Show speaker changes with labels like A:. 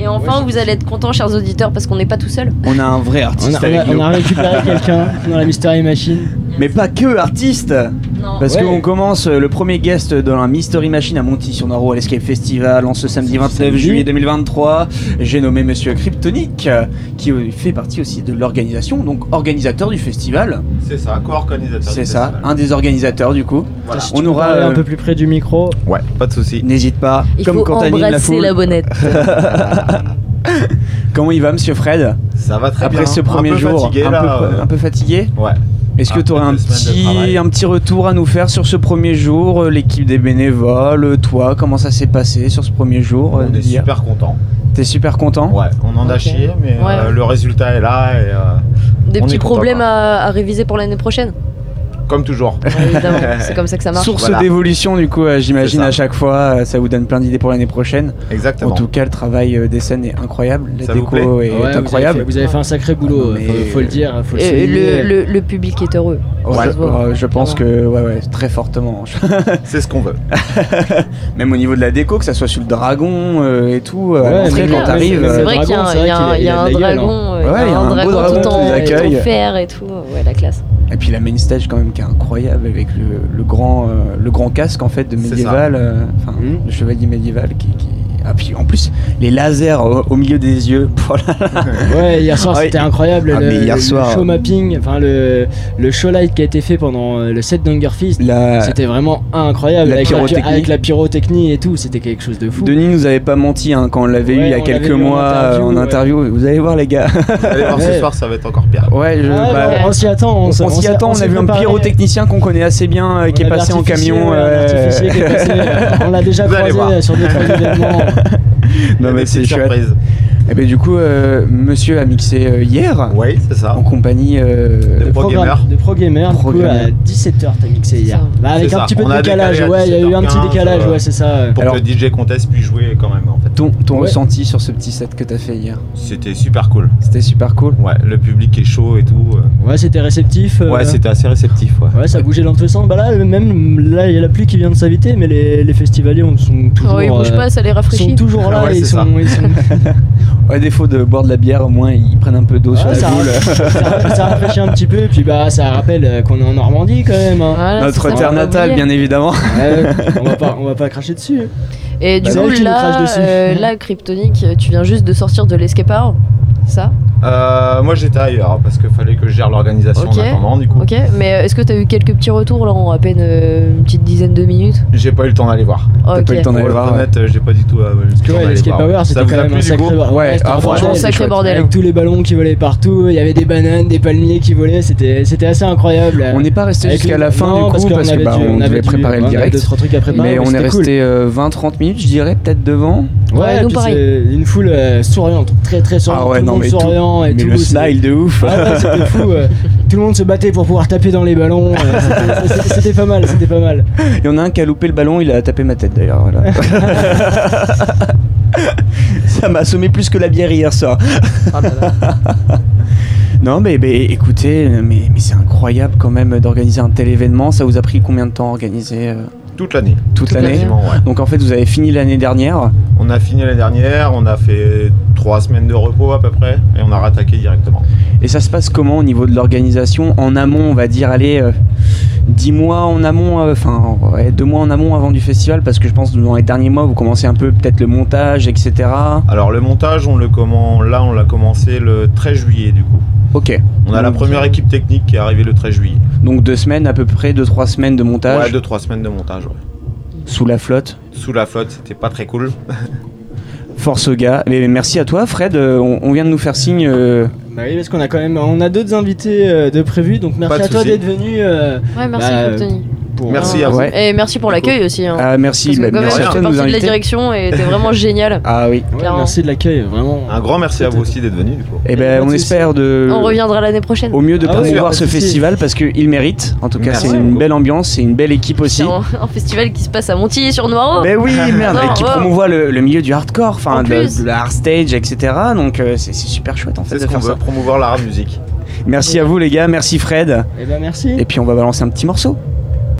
A: Et enfin, vous allez être contents, chers auditeurs, parce qu'on n'est pas tout seul.
B: On a un vrai artiste
C: On a, on
B: avec
C: a-
B: nous.
C: on a récupéré quelqu'un dans la Mystery Machine.
B: Mais pas que artiste
A: Non.
B: Parce
C: Ouais.
B: qu'on commence euh, le premier guest dans la Mystery Machine à Monty-sur-Naro à l'Escape Festival en ce samedi 29
C: samedi.
B: juillet 2023. J'ai nommé Monsieur Kryptonic, euh, qui euh, fait partie aussi de l'organisation, donc organisateur du festival.
D: C'est ça, co-organisateur.
B: C'est
D: du
B: ça,
D: festival.
B: un des organisateurs du coup.
D: Voilà.
C: Si tu
B: On
C: peux
B: aura,
C: parler
B: euh,
C: un peu plus près du micro.
D: Ouais, pas de souci.
B: N'hésite pas,
A: Il
B: comme
A: faut
B: quand t'animes la
A: embrasser
B: foule.
A: la bonnette.
B: Comment il va, Monsieur Fred
D: Ça va très
B: Après
D: bien.
B: ce premier
D: un peu
B: jour,
D: Fatigué,
B: un,
D: là,
B: peu,
D: euh,
B: un peu fatigué
D: Ouais.
B: Est-ce que
D: Après
B: tu aurais un
D: deux semaines de
B: petit,
D: travail.
B: un petit retour à nous faire sur ce premier jour euh, L'équipe des bénévoles, euh, toi, comment ça s'est passé sur ce premier jour euh,
D: On est
B: d'hier
D: super content.
B: T'es super content
D: Ouais, on en a
A: Ok.
D: chié, mais
A: Ouais.
D: euh, le résultat est là et euh,
A: Des
D: On
A: petits
D: est content,
A: problèmes
D: quoi.
A: à, à réviser pour l'année prochaine.
D: comme toujours.
A: Ouais, évidemment, c'est comme ça que ça marche.
B: Source
D: voilà.
B: d'évolution, du coup, euh, j'imagine
D: C'est ça.
B: à chaque fois, euh, ça vous donne plein d'idées pour l'année prochaine.
D: Exactement.
B: En tout cas, le travail euh, des scènes est incroyable, la
D: Ça vous
B: déco est
C: Ouais, vous avez fait-
B: incroyable.
C: Vous avez, fait, un sacré boulot,
B: Ah non,
C: faut,
B: mais-
C: faut le dire. Faut le
A: Et
C: souligner.
A: Euh, le, le- le public est heureux.
B: Ouais,
A: Ça se voit.
B: euh, je pense que, ouais, ouais, très fortement.
D: C'est ce qu'on veut.
B: Même au niveau de la déco, que ça soit sur le dragon euh, et tout, euh, à
C: Ouais,
B: l'entrée,
C: mais
B: quand
C: clair,
B: t'arrives.
C: mais
A: C'est
B: euh,
A: vrai
C: le
A: qu'il y a
C: dragon,
A: un-
C: c'est
A: il
C: vrai
A: y a un-
C: qu'il
A: il y a
C: a
A: un
C: de la gueule,
A: dragon, euh,
B: Ouais,
A: il y a un
B: beau
A: dragon
B: dragon
A: tout
B: qui
A: en
B: nous accueille.
A: tout en fer et tout. Ouais, la classe.
B: Et puis la main stage quand même qui est incroyable avec le, le grand, euh, le grand casque en fait de
D: C'est
B: médiéval, euh, enfin
C: Mhm.
B: le chevalier médiéval qui, qui- Ah puis en plus les lasers au, au milieu des yeux, voilà.
C: Ouais, hier soir
B: Ouais.
C: c'était incroyable
B: Ah,
C: le,
B: mais hier
C: le
B: soir-
C: show mapping, enfin le, le show light qui a été fait pendant euh, le set d'Hunger Fist.
B: La...
C: C'était vraiment incroyable
B: La
C: avec, la,
B: pyrotechnie.
C: avec la pyrotechnie et tout, c'était quelque chose de fou.
B: Denis nous avait pas menti hein, quand on l'avait eu
C: Ouais,
B: il y a
C: on
B: quelques
C: l'avait vu en
B: mois euh, en interview.
C: interview,
B: Vous allez voir les gars.
D: Allez voir
C: Ouais.
D: ce soir, ça va être encore pire.
B: ouais, je-
C: Ah,
B: bah,
C: ouais, on s'y attend, on,
B: on,
C: s'est-
B: on s'y
C: s'est-
B: attend. On
C: s'est
B: a vu un
C: préparé.
B: pyrotechnicien qu'on connaît assez bien euh, qui
C: On
B: est
C: a
B: passé en
C: l'artificier,
B: camion.
C: ouais,
B: euh,
C: l'artificier qui est passé, euh, on l'a déjà
D: Vous allez
C: croisé
D: voir.
C: sur d'autres événements.
B: non mais c'est chouette.
D: surprise.
B: Et ben du coup, euh, Monsieur a mixé euh, hier
D: Oui, c'est ça.
B: en compagnie. euh,
D: De Pro
C: Programme
D: Gamer.
C: De Pro Gamer, du
B: Pro
C: coup,
B: Gamer.
C: à 17h, t'as mixé hier.
A: C'est ça.
C: Bah, avec
D: C'est
C: un
D: ça,
C: petit peu
D: on
C: de
D: a
C: décalage,
D: décalé à
C: ouais, il y a eu un petit
D: 17h15,
C: décalage,
D: euh,
C: ouais, c'est ça. euh.
D: Pour
B: Alors-
D: que DJ Comtesse puisse jouer quand même, en fait.
B: Ton, ton
C: Ouais.
B: ressenti sur ce petit set que t'as fait hier
D: C'était super cool.
B: C'était super cool.
D: Ouais, le public est chaud et tout. euh.
C: Ouais, c'était réceptif. euh,
D: Ouais, c'était assez réceptif, ouais.
C: Ouais, ça bougeait dans tous les sens. Bah là, même là, il y a la pluie qui vient de s'inviter, mais les, les festivaliers on- sont toujours.
A: Oh, ils bougent
C: euh,
A: pas, ça les
C: sont
A: rafraîchit.
C: toujours là,
D: Ah Ouais,
C: ils,
D: c'est ça.
C: sont, ils sont-
B: À défaut de boire de la bière, au moins ils prennent un peu d'eau sur
C: Ouais,
B: la
C: ça,
B: boule.
C: ça- ça rafraîchit un petit peu, et puis bah ça rappelle euh, qu'on est en Normandie quand même. hein.
A: Voilà, c'est
B: Notre
A: ça,
B: terre
A: on va
B: natale,
A: oublier.
B: bien évidemment.
C: Ouais, on va pas, on va pas cracher dessus.
A: Et du
C: Bah,
A: coup,
C: c'est elle qui nous crache
A: là,
C: dessus.
A: euh, là, Kryptonic, tu viens juste de sortir de l'escapard. Ça,
D: Euh, moi, j'étais ailleurs, parce qu'il fallait que je gère l'organisation
A: Ok.
D: en attendant, du coup.
A: ok. Mais euh, est-ce que t'as eu quelques petits retours là en à peine euh, une petite dizaine de minutes
D: J'ai pas eu le temps d'aller voir.
B: T'as
A: Ok.
B: pas eu le temps
D: Pour
B: d'aller
D: être
B: voir. ouais.
D: honnête, j'ai pas du tout. euh, eu le
C: Parce que
D: temps
C: ouais,
D: d'aller
C: l'escape
D: voir.
C: hour,
D: Ça
C: c'était
D: vous
C: quand
D: a
C: même
D: plu,
C: un
D: du
C: sacré
D: coup
C: bordel.
B: Ouais,
C: c'était
B: ah,
C: un
B: franchement,
C: bordel.
B: c'était
A: Sacré
B: chouette.
A: bordel. hein.
C: Avec tous les ballons qui volaient partout, il y avait des bananes, des palmiers qui volaient, c'était c'était assez incroyable.
B: On n'est pas resté
C: Avec
B: jusqu'à
C: les-
B: la fin
C: Non,
B: du coup
C: qu'on
B: parce que
C: avait
B: bah,
C: dû-
B: on
C: avait
B: devait
C: dû-
B: préparer le
C: on avait
B: direct.
C: deux, trois trucs à préparer,
B: mais on est
C: c'était cool.
B: resté euh, 20-30 minutes, je dirais, peut-être devant.
A: Ouais,
C: Ouais,
A: nous,
C: puis
A: pareil.
C: c'est une foule euh, souriante, très très souriante,
B: Ah ouais,
C: tout
B: non,
C: le monde
B: mais tout-
C: souriant et
B: mais
C: tout.
B: le
C: c'était-
B: smile de ouf.
C: Ah ouais, c'était fou. euh, tout le monde se battait pour pouvoir taper dans les ballons. euh, c'était- c'était- c'était pas mal, c'était pas mal.
B: Il y en a un qui a loupé le ballon, il a tapé ma tête d'ailleurs. voilà. Ça m'a assommé plus que la bière hier soir. Non mais, mais écoutez, mais, mais c'est incroyable quand même d'organiser un tel événement. Ça vous a pris combien de temps à organiser euh,
D: Toute l'année.
B: toute, l'année
D: Quasiment, ouais.
B: Donc en fait, vous avez fini l'année dernière.
D: On a fini l'année dernière, on a fait trois semaines de repos à peu près, et on a rattaqué directement.
B: Et ça se passe comment au niveau de l'organisation En amont, on va dire, allez, euh, 10 mois en amont, euh, enfin, ouais, 2 mois en amont avant du festival, parce que je pense que dans les derniers mois, vous commencez un peu peut-être le montage, etc.
D: Alors le montage, on le commen- là on l'a commencé le 13 juillet du coup.
B: Ok,
D: On a la
B: Ok.
D: première équipe technique qui est arrivée le 13 juillet.
B: donc 2 semaines à peu près, 2-3 semaines de
D: Ouais,
B: montage
D: deux trois semaines de montage. ouais.
B: sous la flotte.
D: Sous la flotte, c'était pas très cool.
B: Force aux gars. Mais merci à toi, Fred. euh, on, on vient de nous faire signe. euh,
C: Bah oui, parce qu'on a quand même, on a d'autres invités euh, de prévus, donc merci
D: Pas de
C: à toi
D: soucis.
C: d'être venu. euh,
A: Ouais, merci
C: Bah,
A: Kryptonic.
C: pour...
D: Merci à vous.
B: Ouais.
A: Et merci pour
D: Du coup.
A: l'accueil aussi. hein.
B: Ah, merci,
A: Parce que
B: bah,
A: quand
B: merci
A: même,
B: à
A: tu
B: toi
A: fais
B: de nous
A: partie de la
B: inviter.
A: direction et t'es vraiment génial.
B: ah oui.
C: Ouais,
A: Clairement.
C: merci de l'accueil, vraiment.
D: Un grand merci à vous aussi d'être venu du coup.
B: Eh
C: Pas
B: ben,
C: de
B: on
C: soucis.
B: espère de.
A: On reviendra l'année prochaine.
B: Au mieux de
C: Ah ouais,
B: promouvoir
C: pas de
B: ce
C: soucis.
B: festival parce qu'il mérite. En tout cas,
D: Merci
B: c'est une
D: beaucoup.
B: belle ambiance, c'est une belle équipe aussi.
A: C'est un, un festival qui se passe à Montilly sur Noireau.
B: Mais oui, merde,
A: Oh. Non,
B: et qui
A: wow.
B: promouvoit le, le milieu du hardcore, enfin
A: En
B: de,
A: plus.
B: de la hard stage, etc. Donc euh, c'est c'est super chouette en fait
D: C'est ce
B: de
D: qu'on
B: faire
D: veut,
B: ça.
D: promouvoir l'art musique.
B: Merci à vous les gars, merci Fred.
C: Et ben merci.
B: Et puis on va balancer un petit morceau.